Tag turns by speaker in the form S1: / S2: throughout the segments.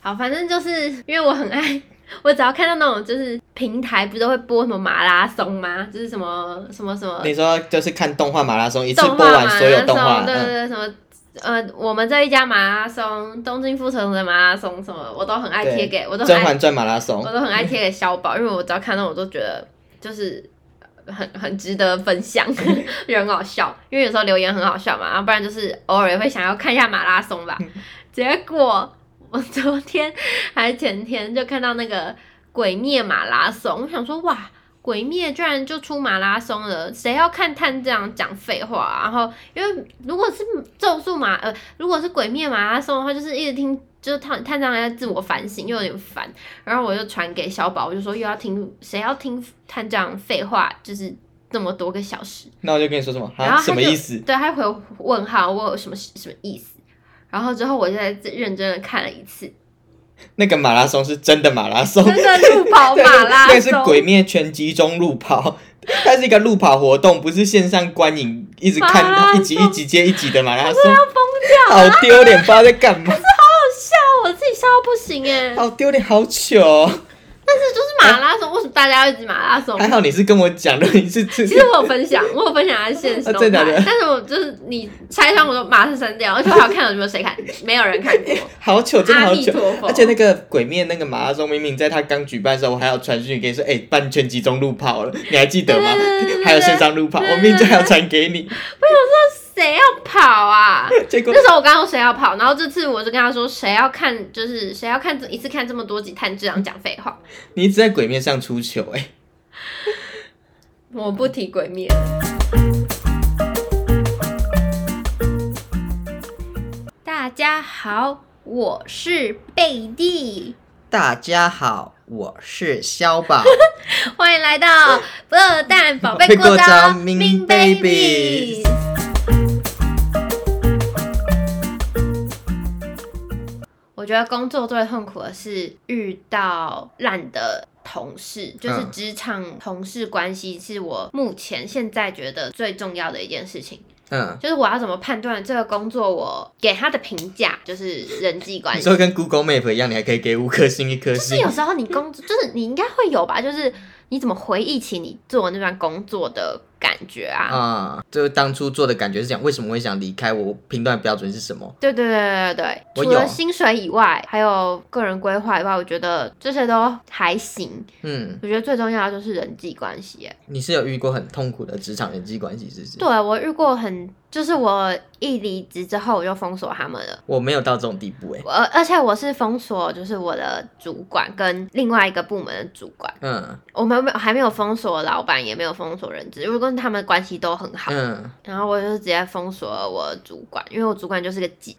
S1: 好，反正就是因为我很爱， 我只要看到那种就是平台不都会播什么马拉松吗？就是什么什么什么
S2: 你说就是看动画马拉松，一次
S1: 呃动
S2: 播
S1: 画马
S2: 完
S1: 拉
S2: 所有
S1: 松，
S2: 动画，
S1: 对对
S2: 嗯，
S1: 对，什么。呃，我们这一家马拉松，东京复仇者马拉松什么，我都很爱贴给，我都很
S2: 《甄
S1: 爱，
S2: 嬛传》马拉松
S1: 我，都很爱贴给小宝，因为我只要看到我都觉得就是呃很很值得分享，觉得很好笑，因为有时候留言很好笑嘛，啊然后不然就是偶尔也会想要看一下马拉松吧。结果我昨天还前天就看到那个《鬼灭》马拉松，我想说哇，《鬼灭》居然就出马拉松了，谁要看探这样讲废话、啊？然后因为如果是咒术马呃，如果是《鬼灭》马拉松的话，就是一直听。就是探探长在自我反省，又有点烦，然后我就传给小宝，我就说又要听，谁要听探长废话，就是这么多个小时，
S2: 那我就跟你说什么
S1: 然后
S2: 啊？
S1: 他
S2: 什么
S1: 就
S2: 意思？
S1: 对，他回我问号，问我什么什么意思。然后之后我就在这认真的看了一次，
S2: 那个马拉松是真的马拉松，
S1: 真的路跑
S2: 对
S1: 马拉
S2: 那个
S1: 松，
S2: 是《鬼灭》全集中路跑， 它是一个路跑活动，不是线上观影，一直
S1: 马拉
S2: 看
S1: 松
S2: 一集一集接一集的马拉松，好丢脸，不知道在干嘛，
S1: 我自己笑到不行哎！
S2: 好丢脸，好糗哦。
S1: 但是就是马拉松，为什么大家要一直马拉松？
S2: 还好你是跟我讲的，你 是
S1: 其实我有分享，我有分享在现实
S2: 啊
S1: 动
S2: 真的
S1: 态
S2: 假的，
S1: 但是我就是你拆穿我都马上删掉，而且我还要看有没有谁看，没有人看过。
S2: 好糗，真的
S1: 阿
S2: 好
S1: 弥
S2: 糗。
S1: 陀佛！
S2: 而且那个鬼灭那个马拉松，明明在他刚举办的时候，我还有传讯给你说，哎、办全集中路跑了，你还记得吗
S1: 对对对对？对
S2: 还有线上路跑，我明明就还要传给你，
S1: 谁要跑啊？
S2: 结果
S1: 那时候我刚刚说谁要跑，然后这次我就跟他说谁要看，就是谁要看这一次看这么多集探这样讲废话。
S2: 你一直在鬼面上出糗、哎。
S1: 我不提鬼灭。大家好，我是贝蒂，
S2: 大家好，我是肖宝。
S1: 欢迎来 到二蛋宝贝过
S2: 宝贝过
S1: 招
S2: 招
S1: Min
S2: Min
S1: Baby
S2: Babies。
S1: 我觉得工作最痛苦的是遇到烂的同事，就是
S2: 嗯
S1: 职场同事关系是我目前现在觉得最重要的一件事情。
S2: 嗯，
S1: 就是我要怎么判断这个工作我给他的评价，就是人际关
S2: 你
S1: 系
S2: 说。跟 Google Map 一样，你还可以给五颗星一颗
S1: 就是
S2: 星
S1: 有。时候你工作，就是你应该会有吧，就是你怎么回忆起你做那段工作的感觉啊？
S2: 啊、就是当初做的感觉是讲为什么会想离开我，评断标准是什么？
S1: 对对对对对对，
S2: 我
S1: 除了
S2: 有
S1: 薪水以外，还有个人规划以外，我觉得这些都还行。
S2: 嗯，
S1: 我觉得最重要的就是人际关系耶。
S2: 你是有遇过很痛苦的职场人际关系，是不是？
S1: 对啊我遇过很，就是我一离职之后我就封锁他们了。
S2: 我没有到这种地步哎、
S1: 我而且我是封锁，就是我的主管跟另外一个部门的主管，
S2: 嗯
S1: 我们没有还没有封锁老板，也没有封锁人质，如果跟他们关系都很好，
S2: 嗯，
S1: 然后我就直接封锁了我的主管，因为我主管就是个鸡，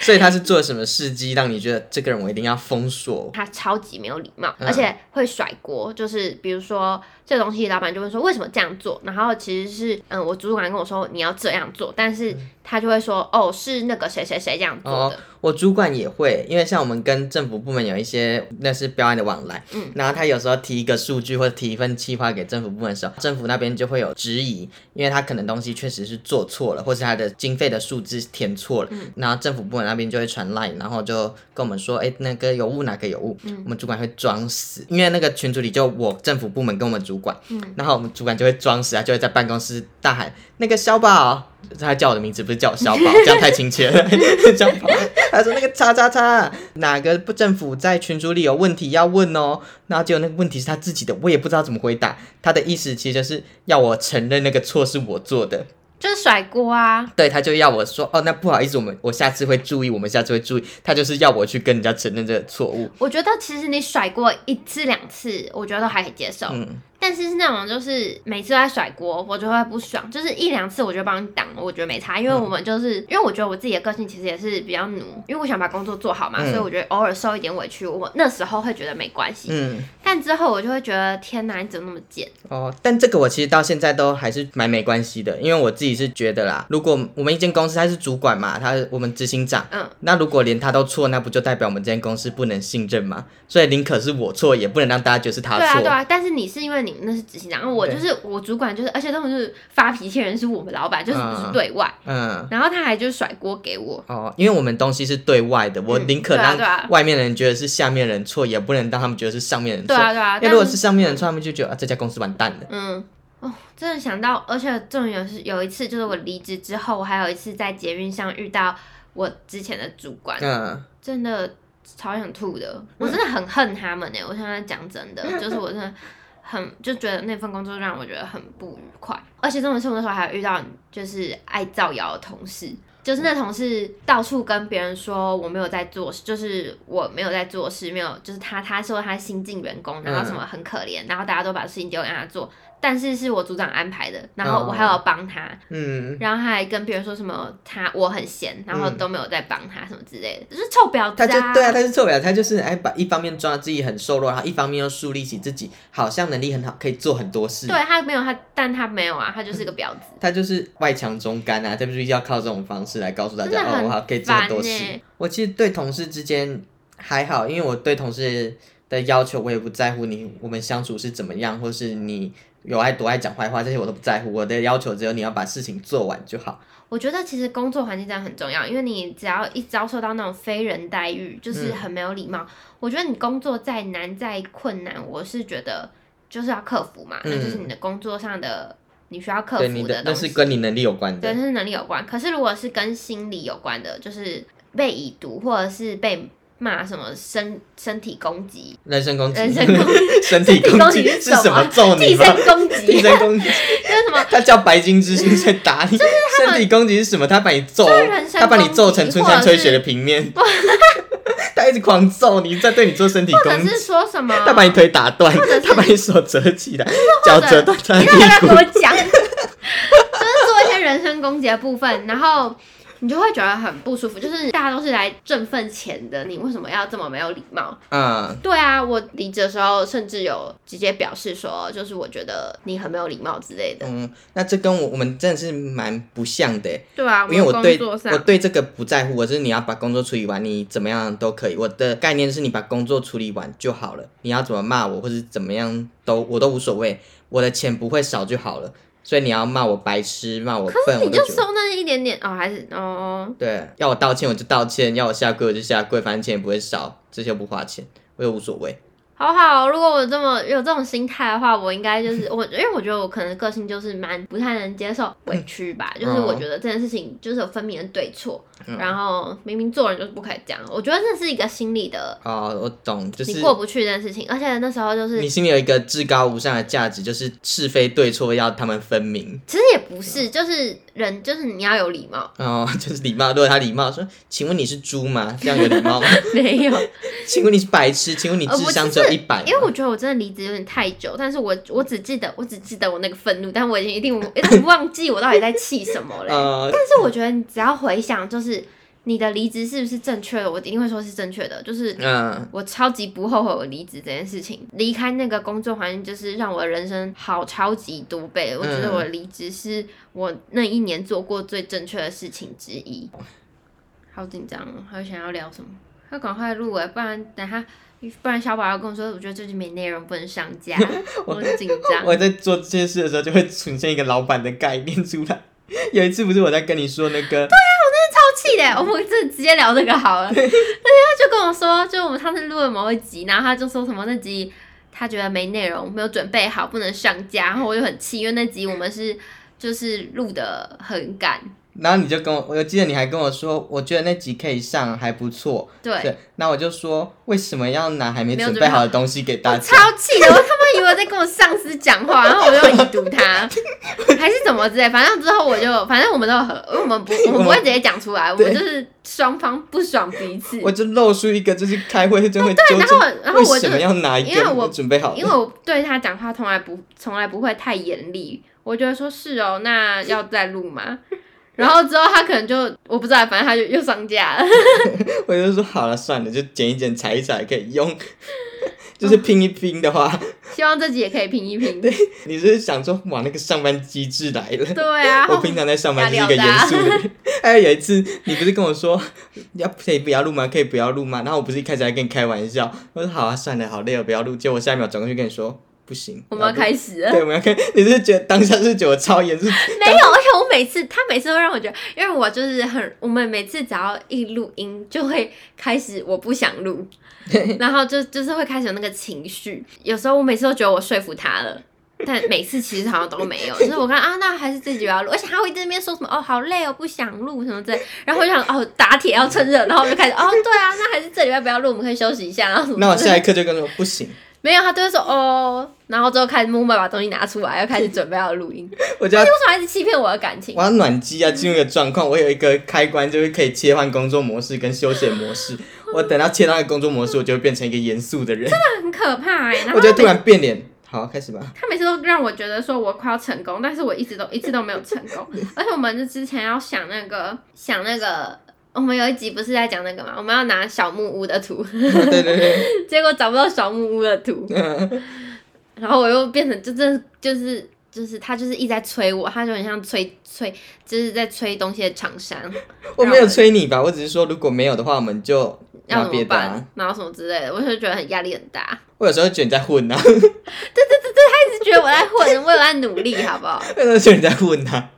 S2: 所以他是做了什么事迹让你觉得这个人我一定要封锁？
S1: 他超级没有礼貌，
S2: 嗯
S1: 而且会甩锅，就是比如说这东西，老板就会说为什么这样做，然后其实是嗯，我主管跟我说你要这样做，但是他就会说哦是那个谁谁谁这样做的，
S2: 我主管也会，因为像我们跟政府部门有一些那是标案的往来，
S1: 嗯
S2: 然后他有时候提一个数据或者提一份计划给政府部门的时候，政府那边就会有质疑，因为他可能东西确实是做错了，或是他的经费的数字填错了，
S1: 嗯
S2: 然后政府部门那边就会传 line，然后就跟我们说，哎，那个有误，哪个有误，
S1: 嗯
S2: 我们主管会装死，因为那个群组里就我政府部门跟我们主管，
S1: 嗯
S2: 然后我们主管就会装死啊，就会在办公室大喊那个小宝，他叫我的名字，不是叫我小宝，这样太亲切了。 小宝，他说那个叉叉叉哪个不政府在群组里有问题要问哦，然后结果那个问题是他自己的，我也不知道怎么回答。他的意思其实就是要我承认那个错是我做的，
S1: 就是甩锅啊，
S2: 对，他就要我说哦，那不好意思，我们我下次会注意，我们下次会注意。他就是要我去跟人家承认这个错误。
S1: 我觉得其实你甩锅一次两次，我觉得都还可以接受，
S2: 嗯，
S1: 但是是那种就是每次都在甩锅，我就会不爽。就是一两次我就帮你挡，我觉得没差，因
S2: 嗯
S1: 为我们就是、因为我觉得我自己的个性其实也是比较奴，因为我想把工作做好嘛，
S2: 嗯
S1: 所以我觉得偶尔受一点委屈，我那时候会觉得没关系。
S2: 嗯，
S1: 但但之后我就会觉得天哪，你怎么那么贱？
S2: 哦，但这个我其实到现在都还是蛮没关系的，因为我自己是觉得啦，如果我们一间公司他是主管嘛，他我们执行长，
S1: 嗯，
S2: 那如果连他都错，那不就代表我们这间公司不能信任吗？所以宁可是我错，也不能让大家觉得是他
S1: 对啊，
S2: 错。
S1: 对啊，但是你是因为你那是执行长，然后我
S2: 对
S1: 就是我主管，就是而且他们就是发脾气的人是我们老板，就是不
S2: 嗯
S1: 是
S2: 嗯
S1: 对外，
S2: 嗯。
S1: 然后他还就是甩锅给我，
S2: 哦，因为我们东西是对外的，我
S1: 嗯
S2: 宁可
S1: 对啊
S2: 让
S1: 对啊
S2: 外面的人觉得是下面人错，也不能让他们觉得是上面人嗯错。
S1: 对啊对啊，
S2: 因为
S1: 但
S2: 如果是上面人错，他们就觉得啊这家公司完蛋了。
S1: 嗯。哦，真的想到，而且重点是有一次，就是我离职之后，我还有一次在捷运上遇到我之前的主管，
S2: 嗯，
S1: 真的超想吐的，我真的很恨他们呢、欸我现在讲真的，就是我真的很就觉得那份工作让我觉得很不愉快，而且重点是我那时候还有遇到就是爱造谣的同事。就是那同事到处跟别人说我没有在做事，就是我没有在做事，没有，就是他他说他新进员工，然后什么很可怜，然后大家都把事情丢给他做，但是是我组长安排的，然后我还有帮他，
S2: 嗯，
S1: 然后他还跟别人说什么他我很闲，然后
S2: 嗯
S1: 都没有在帮他什么之类的，就是臭婊子
S2: 他
S1: 啊！
S2: 就对啊，他是错了，他就是哎，把一方面装到自己很瘦弱，然后一方面又树立起自己好像能力很好，可以做很多事。
S1: 对他没有他，但他没有啊，他就是个婊子。
S2: 他就是外强中干啊，他必须要靠这种方式来告诉大
S1: 真
S2: 家，
S1: 的很
S2: 哦，我好可以做很多
S1: 烦
S2: 事。
S1: 欸
S2: 我其实对同事之间还好，因为我对同事的要求，我也不在乎你我们相处是怎么样，或是你有爱多爱讲坏话，这些我都不在乎。我的要求只有你要把事情做完就好。
S1: 我觉得其实工作环境真的很重要，因为你只要一遭受到那种非人待遇，
S2: 嗯
S1: 就是很没有礼貌。我觉得你工作再难再困难，我是觉得就是要克服嘛，那就是你的工作上的你需要克
S2: 嗯对你
S1: 服
S2: 的那
S1: 东
S2: 是
S1: 西。
S2: 跟你能力有关
S1: 对，
S2: 的
S1: 那。是能力有关。可是如果是跟心理有关的，就是被已读或者是被骂什么身身体攻击、
S2: 人身攻击，
S1: 人身攻 身
S2: 身体
S1: 体攻击
S2: 击
S1: 是
S2: 是
S1: 什
S2: 什
S1: 么
S2: 么？揍哦你
S1: 替身
S2: 吗？
S1: 攻
S2: 替
S1: 击，
S2: 身攻击，
S1: 就是什么
S2: 他叫白金之星在打你。身体攻击是什么？他把你揍
S1: 就是人，身
S2: 他把你
S1: 攻
S2: 揍
S1: 击
S2: 成春
S1: 或者
S2: 山吹
S1: 是
S2: 雪的平 面。他一直狂揍你，在对你做身体
S1: 或者
S2: 攻击
S1: 是。说什么？
S2: 他把你腿打断
S1: 者是，
S2: 他把你手折起来，脚
S1: 者
S2: 折断他的
S1: 你到底要
S2: 屁
S1: 给
S2: 股。
S1: 我讲， 就是做一些人身攻击的部分，然后你就会觉得很不舒服。就是大家都是来挣份钱的，你为什么要这么没有礼貌？
S2: 嗯，
S1: 对啊，我离职的时候甚至有直接表示说，就是我觉得你很没有礼貌之类的。
S2: 嗯，那这跟我我们真的是蛮不像的欸，
S1: 对啊，
S2: 因为我
S1: 们
S2: 对
S1: 工作
S2: 我
S1: 上，
S2: 对这个不在乎，我是你要把工作处理完，你怎么样都可以。我的概念是你把工作处理完就好了，你要怎么骂我或是怎么样都我都无所谓，我的钱不会少就好了。所以你要骂我白痴，骂我笨，我
S1: 你
S2: 都
S1: 就
S2: 觉得。
S1: 收那一点点哦，还是哦，
S2: 对，要我道歉我就道歉，要我下跪我就下跪，反正钱也不会少，这些又不花钱，我也无所谓。
S1: 好好。如果我这么有这种心态的话，我应该就是我，因为我觉得我可能个性就是蛮不太能接受委屈吧，就是我觉得这件事情就是有分明的对错，
S2: 嗯
S1: 然后明明做人就是不可以这样。我觉得这是一个心理的
S2: 哦，我懂，就是
S1: 你过不去这件事情，而且那时候就是
S2: 你心里有一个至高无上的价值，就是是非对错要他们分明。
S1: 其实也不是，就是人就是你要有礼貌，
S2: 哦， 就是礼貌。如果他礼貌说：“请问你是猪吗？”这样有礼貌吗？
S1: 没有。
S2: 请问你是白痴？请问你智商只有一百？
S1: 呃因为我觉得我真的离职有点太久，但是我我只记得我只记得我那个愤怒，但我已经一定一定忘记我到底在气什么了。
S2: 呃，
S1: 但是我觉得你只要回想，就是你的离职是不是正确的，我一定会说是正确的。就是
S2: 嗯，
S1: 我超级不后悔我离职这件事情，离开那个工作环境，就是让我的人生好超级多倍。我觉得
S2: 嗯
S1: 我的离职是我那一年做过最正确的事情之一。好紧张哦，还有想要聊什么？要赶快录哎，不然等下，不然小宝要跟我说，我觉得最近没内容，不能上架，我很紧张。
S2: 我在做这件事的时候就会呈现一个老板的概念出来。有一次不是我在跟你说那个，
S1: 超 气的，我们这直接聊这个好了。但是他就跟我说，就我们上次录了某一集，然后他就说什么那集他觉得没内容，没有准备好，不能上架，然后我就很气，因为那集我们是就是录的很赶，
S2: 然后你就跟我，我记得你还跟我说，我觉得那集可以上，还不错。
S1: 对。
S2: 对，那我就说为什么要拿还没
S1: 没有准
S2: 准
S1: 备
S2: 备
S1: 好
S2: 好的东西给
S1: 我
S2: 大家？
S1: 超气的，我他妈以为在跟我上司讲话，然后我就已读 他，还是怎么之类。反正之后我就，反正我们都和，因为我们不，我们不会直接讲出来，我们就是双方不爽彼此。
S2: 我就露出一个就是开会就会纠
S1: 哦然
S2: 正
S1: 后，然后我
S2: 为什
S1: 就
S2: 么要拿一
S1: 因为
S2: 个
S1: 我
S2: 没准备好的？
S1: 因为我对他讲话从来不从来不会太严厉，我就会说是哦，那要再录吗？ 然后之后他可能就我不知道，反正他就又上架了。
S2: 我就说好了，算了，就剪一剪，裁一裁可以用。就是拼一拼的话，
S1: 希望自己也可以拼一拼。
S2: 你是想说哇那个上班机制来了。
S1: 对啊，
S2: 我平常在上班就是一个
S1: 压力
S2: 严
S1: 好
S2: 肃的人。 还有有一次，你不是跟我说要可以不要录吗？可以不要录吗？然后我不是一开始还跟你开玩笑，我说好啊，算了，好累哦，不要录。结果我下一秒转过去跟你说不行，
S1: 我们要
S2: 要录。
S1: 开始了。
S2: 对，我们要开。你是觉得当下是觉得我 超严肃？
S1: 没有，而且我每次他每次都让我觉得，因为我就是很，我们每次只要一录音就会开始我不想 录，然后就就是会开始有那个情绪。有时候我每次都觉得我说服他了。但每次其实好像都没 有，就是我看啊，那还是自己不要录，而且他会一直在那边说什么哦，好累哦，不想录什么之类，然后我就想哦，打铁要趁热，然后我就开始哦，对啊，那还是这礼拜不要录，我们可以休息一下，然啊后什么之类的。
S2: 那我下一刻就跟你说不行，
S1: 没有，他就会说哦，然后之后开始默默把东西拿出来，又开始准备要录音。为
S2: 我就要
S1: 什么还是欺骗我的感情？
S2: 我要暖机啊，进入一个状况。我有一个开关，就是可以切换工作模式跟休闲模式。我等到切到那个工作模式，我就会变成一个严肃的人，
S1: 很可怕哎、然后
S2: 我就会突然变脸。好，开始吧。
S1: 他每次都让我觉得说我快要成功，但是我一直都一次都没有成 功。而且我们之前要想那个想那个，我们有一集不是在讲那个嘛，我们要拿小木屋的图，
S2: 对对对，
S1: 结果找不到小木屋的图，
S2: 嗯
S1: 然后我又变成就真的就是。就是他，就是一直在催我，他就很像催催，就是在催东西的厂商
S2: 我没有催你吧？我只是说，如果没有的话，我们就
S1: 要
S2: 拿
S1: 怎
S2: 别
S1: 么
S2: 的、啊
S1: 办。，然后什么之类的，我就觉得很压力很大，
S2: 我有时候觉得你在混啊，
S1: 一直觉得我在混，我有在努力，好不好？
S2: 我有时候觉得你在混啊。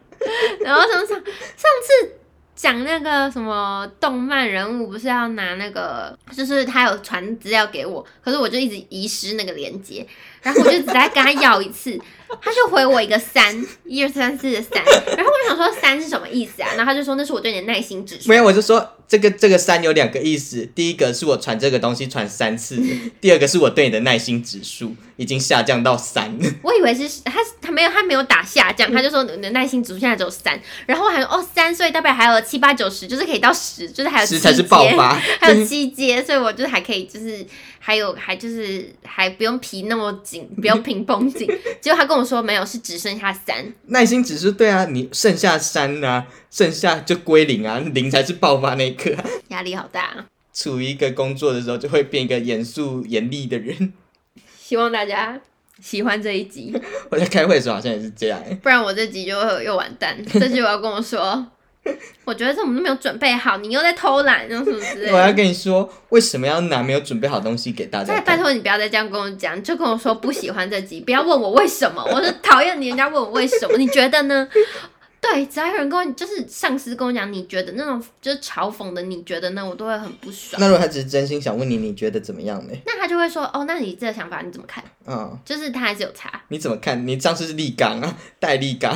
S1: 然后上上上次讲那个什么动漫人物，不是要拿那个，就是他有传资料给我，可是我就一直遗失那个链接，然后我就只在跟他要一次，他就回我一个三，一二三四的三，然后我想说三是什么意思啊？然后他就说那是我对你的耐心指数
S2: 没。有，我就说这个这个三有两个意思，第一个是我传这个东西传三 次，第二个是我对你的耐心指数已经下降到三。
S1: 我以为是他他没有他没有打下降，他就说你的耐心指数现在只有三，然后我还说哦三，所以代表还有七八九十，就是可以到十，就是还有
S2: 十
S1: 七
S2: 才是爆
S1: 阶
S2: 发，
S1: 还有七阶，所以我就是还可以，就是还有还就是还不用皮那么紧，不用皮绷紧。结果他跟我说没有，是只剩下三。
S2: 耐心指数对啊，你剩下三啊，剩下就归零啊，零才是爆发那一刻、啊。
S1: 压力好大。
S2: 处于一个工作的时候，就会变一个严肃严厉的人。
S1: 希望大家喜欢这一集，
S2: 我在开会的时候好像也是这样、欸，
S1: 不然我这集就会又完蛋。这集我要跟我说， 我觉得这我们都没有准备好，你又在偷懒，然后什么之类
S2: 我要
S1: 的。
S2: 跟你说，为什么要拿没有准备好东西给大家
S1: 再拜
S2: 看？
S1: 托你不要再这样跟我讲，就跟我说不喜欢这集，不要问我为什么，我是讨厌你人家问我为什么，你觉得呢？ 对，只要有人跟我就是上司跟我讲，你觉得那种就是嘲讽的，你觉得呢，我都会很不爽。
S2: 那如果他只是真心想问你，你觉得怎么样呢？
S1: 那他就会说，哦，那你这个想法你怎么看？
S2: 嗯，
S1: 就是他还是有差，
S2: 你怎么看？你上次是立纲啊， 戴立纲，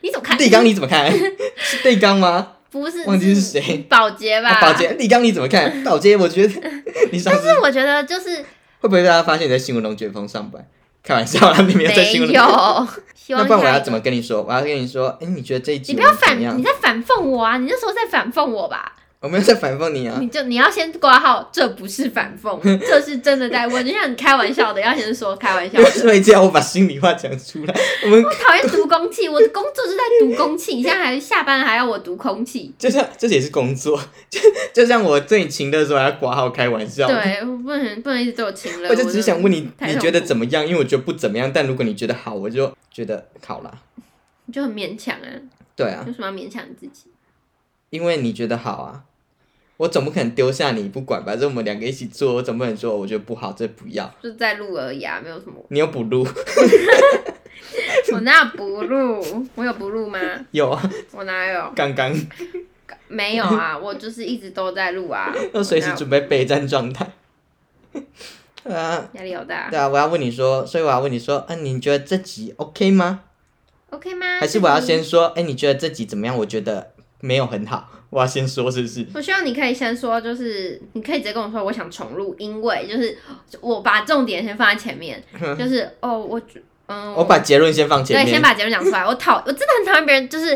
S1: 你怎么看？
S2: 立纲你怎么 看？是立纲吗？
S1: 不是
S2: 忘记是谁
S1: 保洁吧？
S2: 啊保。洁，立纲你怎 么看？保洁，我觉得你上次
S1: 但是我觉得就是
S2: 会不会大家发现你在新闻龙卷风上班？开玩笑啊啦，你没有在
S1: 没
S2: 新闻龙卷风。
S1: 有，希
S2: 那
S1: 望
S2: 不然我
S1: 下一
S2: 要
S1: 个
S2: 怎么跟你说？我要跟你说，哎、你觉得这一集
S1: 你不要
S2: 我们怎
S1: 反，
S2: 么样
S1: 你在反讽我啊！你那时候在反讽我吧？
S2: 我没有在反讽你啊，
S1: 你就你要先挂号，这不是反讽，这是真的在问。就像你开玩笑的，要先说开玩笑
S2: 因为
S1: 的。
S2: 所以这样我把心里话讲出来。我们
S1: 我讨厌读空气，我的工作是在读空气，你现在还下班还要我读空气？
S2: 就像这也是工作， 就就像我对你情的时候还要挂号开玩笑。
S1: 对，我不能不能一直对我情了。
S2: 我就只是想问你，
S1: 太
S2: 你
S1: 痛苦
S2: 觉得怎么样？因为我觉得不怎么样，但如果你觉得好，我就觉得好啦。
S1: 你就很勉强啊，
S2: 对啊，
S1: 为什么要勉强自己？
S2: 因为你觉得好啊，我总不可能丢下你不管吧？这我们两个一起做，我总不能说我觉得不好，这不要，
S1: 就在录而已啊，没有什么。
S2: 你又不录，
S1: 我哪有不录？我有不录吗？
S2: 有啊，
S1: 我哪有？
S2: 刚刚
S1: 没有啊，我就是一直都在录 啊。
S2: 要随
S1: 我
S2: 时
S1: 哪有
S2: 准备备战状态。 啊，
S1: 压力好大
S2: 对啊，我要问你说，所以我要问你说，嗯、你觉得这集 OK 吗？
S1: ，OK 吗？
S2: 还是我要
S1: 自己
S2: 先说，哎、你觉得这集怎么样？我觉得没有很好，我要先说是不是？
S1: 我希望你可以先说，就是你可以直接跟我说，我想重录，因为就是我把重点先放在前 面，就是哦，我觉嗯，
S2: 我把结论先放前面。
S1: 对，先把结论讲出来。我讨，我真的很讨厌别人，就是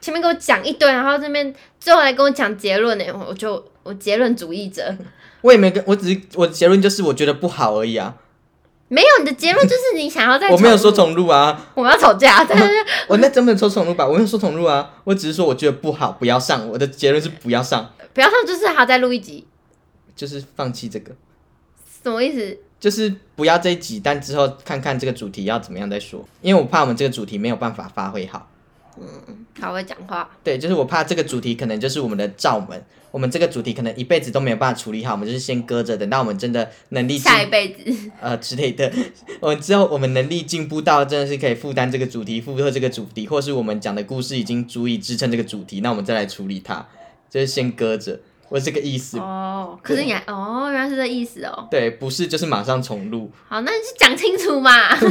S1: 前面给我讲一堆，然后这边最后来跟我讲结论呢，我我就我结论主义者。
S2: 我也没跟，我只是我结论就是我觉得不好而已啊，
S1: 没有你的结论就是你想要再
S2: 我没有
S1: 重
S2: 说
S1: 录
S2: 重录啊，
S1: 我们要吵 架，但是
S2: 我那真没有说重录吧，我没有说重录啊，我只是说我觉得不好，不要上。我的结论是不要上，
S1: 不要上就是还要再录一集，
S2: 就是放弃这个。
S1: 什么意思？
S2: 就是不要这一集，但之后看看这个主题要怎么样再说，因为我怕我们这个主题没有办法发挥好。
S1: 嗯，好会讲话，
S2: 对，就是我怕这个主题可能就是我们的罩门，我们这个主题可能一辈子都没有办法处理好，我们就是先搁着，等到我们真的能力进
S1: 下一辈子
S2: 呃之类的， 我们之后我们能力进步到真的是可以负担这个主题，负荷这个主题，或是我们讲的故事已经足以支撑这个主题，那我们再来处理它，就是先搁着，我这个意思。
S1: 哦。可是你还哦，原来是这意思哦。
S2: 对，不是就是马上重录，
S1: 好，那你就讲清楚嘛。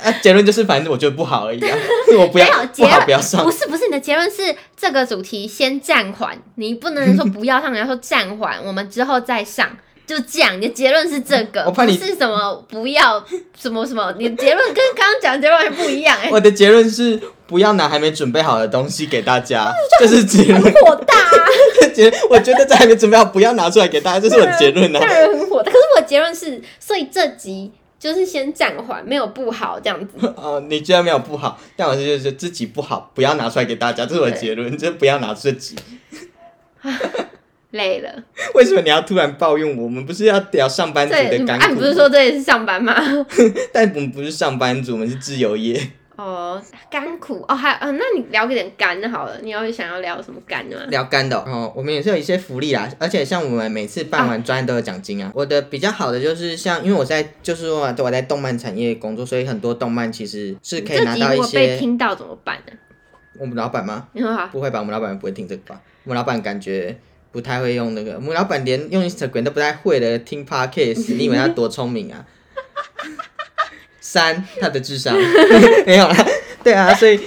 S2: 啊，结论就是反正我觉得不好而已啊，我不
S1: 没
S2: 要
S1: 有结
S2: 不好
S1: 论，
S2: 不要上，
S1: 是不是，你的结论是这个主题先暂缓，你不能说不要上，你要说暂缓，我们之后再上。就这样，你的结论是这个，
S2: 我怕你
S1: 不是什么不要什么什么，你的结论跟刚刚讲的结论还不一样哎、
S2: 我的结论是不要拿还没准备好的东西给大 家，这是结论。
S1: 火大、啊，
S2: 结论我觉得这还没准备好，不要拿出来给大家，这是我的结论呢、啊
S1: 让人很火大。可是我的结论是，所以这集就是先暂缓，没有不好这样子。
S2: 哦，你居然没有不好，但我是就是自己不好，不要拿出来给大家，这是我的
S1: 对
S2: 结论，就是不要拿自己。
S1: 累了，
S2: 为什么你要突然抱怨我？我们不是要聊上班族
S1: 对，
S2: 的
S1: 你
S2: 甘
S1: 啊，
S2: 苦？
S1: 你不是说这里是上班吗？
S2: 但我们不是上班族，我们是自由业。
S1: 哦，甘苦哦，还、嗯，那你聊一点干好了，你有想要聊什么干吗？
S2: 聊干的哦哦，我们也是有一些福利啦，而且像我们每次办完专案都有奖金啊。
S1: 嗯
S2: 我的比较好的就是像，因为我在就是说啊嘛，我在动漫产业工作，所以很多动漫其实是可以
S1: 这
S2: 拿
S1: 集
S2: 到
S1: 如
S2: 一
S1: 果被
S2: 些。
S1: 听到怎么办呢、
S2: 我们老板吗？
S1: 你说好，
S2: 不会吧，我们老板不会听这个吧？我们老板感觉不太会用那个，我们老板连用 Instagram 都不太会的，听 Podcast，你以为他多聪明啊？ 三，他的智商 没有啦。对啊，所以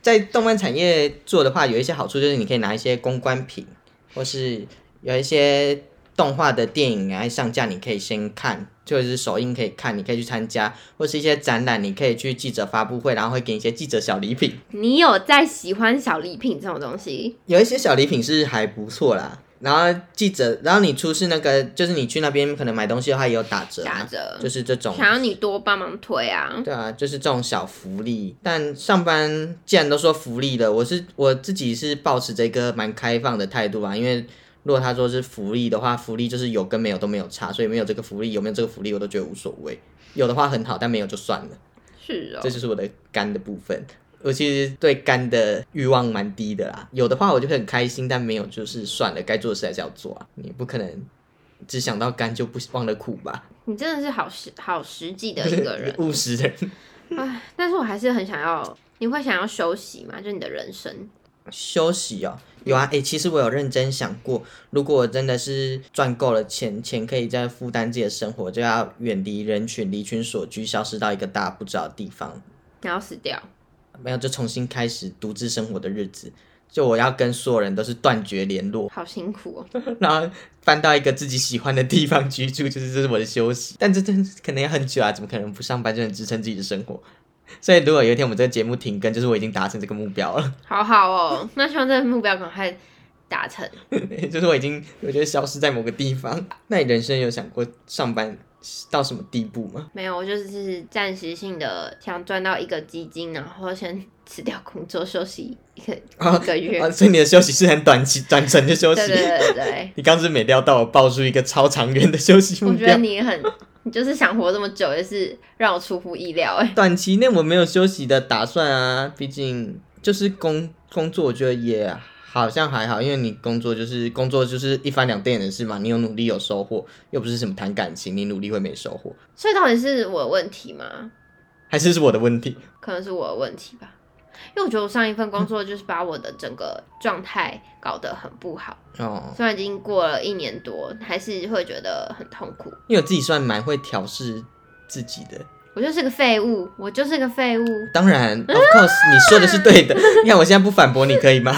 S2: 在动漫产业做的话，有一些好处就是你可以拿一些公关品，或是有一些动画的电影来上架，你可以先看，就是首映可以看，你可以去参加，或是一些展览，你可以去记者发布会，然后会给你一些记者小礼品。
S1: 你有在喜欢小礼品这种东西？
S2: 有一些小礼品是还不错啦。然后记者，然后你出示那个，就是你去那边可能买东西的话也有打折
S1: 打
S2: 嘛，
S1: 折，
S2: 就是这种。
S1: 想要你多帮忙推啊。
S2: 对啊，就是这种小福利。但上班既然都说福利了，我是我自己是保持着一个蛮开放的态度啊，因为如果他说是福利的话，福利就是有跟没有都没有差，所以没有这个福利，有没有这个福利我都觉得无所谓。有的话很好，但没有就算了。
S1: 是哦
S2: 这，就是我的肝的部分。我其实对肝的欲望蛮低的啦，有的话我就会很开心，但没有就是算了，该做的事还是要做啊。你不可能只想到肝就不忘了苦吧？。
S1: 你真的是好实好实际的一个人
S2: 务实的人。
S1: 唉，但是我还是很想要，你会想要休息吗？就你的人生，
S2: 休息哦，有啊，诶、其实我有认真想过，如果我真的是赚够了钱，钱可以再负担自己的生活，就要远离人群，离群所居，消失到一个大家不知道的地方。
S1: 你要死掉。
S2: 没有，就重新开始独自生活的日子，就我要跟所有人都是断绝联络，
S1: 好辛苦哦，
S2: 然后搬到一个自己喜欢的地方居住，就是这是我的休息。但这真是可能要很久啊，怎么可能不上班就能支撑自己的生活？所以如果有一天我们这个节目停更，就是我已经达成这个目标了，
S1: 好好哦。那希望这个目标赶快达成。
S2: 就是我已经我觉得消失在某个地方。那你人生有想过上班到什么地步吗？
S1: 没有，我就是暂时性的想赚到一个基金，然后先 辞掉工作休息一个、
S2: 啊
S1: 一个月。
S2: 啊，所以你的休息是很短期、短程的休息。
S1: 对对对对对。
S2: 你刚是没料到我爆出一个超长远的休息目
S1: 我觉得
S2: 标。
S1: 你很，你就是想活这么久，也是让我出乎意料哎。
S2: 短期内我没有休息的打算啊，毕竟就是工工作，我觉得也好像还好，因为你工作就是工作就是一翻两瞪眼的事嘛，你有努力有收获，又不是什么谈感情，你努力会没收获，
S1: 所以到底是我的问题吗？
S2: 还是是我的问题？
S1: 可能是我的问题吧，因为我觉得我上一份工作就是把我的整个状态搞得很不好，
S2: 哦，
S1: 虽然已经过了一年多，还是会觉得很痛苦。
S2: 因为我自己算蛮会调试自己的，
S1: 我就是个废物，我就是个废物。
S2: 当然，of course，你说的是对的。你看我现在不反驳你可以吗？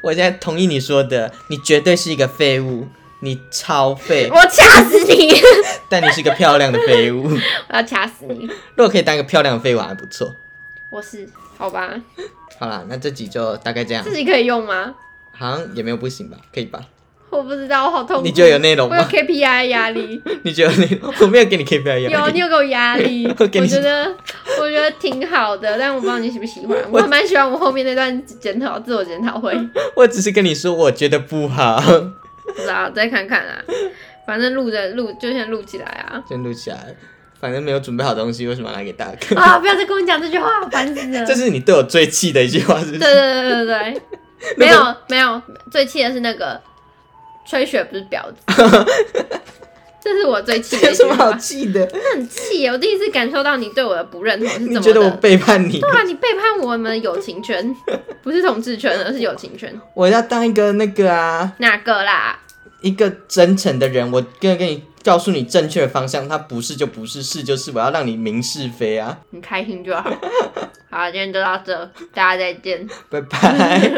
S2: 我现在同意你说的，你绝对是一个废物，你超废，
S1: 我掐死你！
S2: 但你是一个漂亮的废物。
S1: 我要掐死你！
S2: 如果可以当一个漂亮的废物还不错。
S1: 我是好吧？
S2: 好啦，那这集就大概这样
S1: 自，己可以用吗？
S2: 好像也没有不行吧？可以吧？
S1: 我不知道，我好痛苦。
S2: 你觉得有内容
S1: 我有
S2: 吗？
S1: KPI 压力。
S2: 你觉得内容？我没有给你 KPI 压
S1: 有，你
S2: 力。
S1: 有给我压力，
S2: 我
S1: 我
S2: 给你
S1: 觉得我觉得挺好的，但我不知道你喜不喜欢。
S2: 我
S1: 我还蛮喜欢我后面那段检讨自我检讨会，
S2: 我只是跟你说，我觉得不好。
S1: 不知道再看看啦。啊反正录着录就先录起来啊！
S2: 先录起来。反正没有准备好东西，为什么要拿给大家看？
S1: 啊，不要再跟我讲这句话，烦死了！
S2: 这是你对我最气的一句话，是不是？
S1: 呃对对对对对，没有没有，最气的是那个吹雪不是婊子， 这是我最气的
S2: 有
S1: 一
S2: 什
S1: 句
S2: 么
S1: 话
S2: 好，气的？
S1: 真的很气耶！我第一次感受到你对我的不认同是
S2: 你
S1: 怎么
S2: 觉得我
S1: 的。
S2: 背叛你？
S1: 对啊，你背叛我们的友情圈，不是同志圈，而是友情圈。
S2: 我要当一个那个啊，
S1: 哪个啦？
S2: 一个真诚的人，我跟跟你告诉你正确的方向，他不是就不是，是就是，我要让你明是非啊！
S1: 你开心就好。好，今天就到这，大家再见。
S2: 拜拜。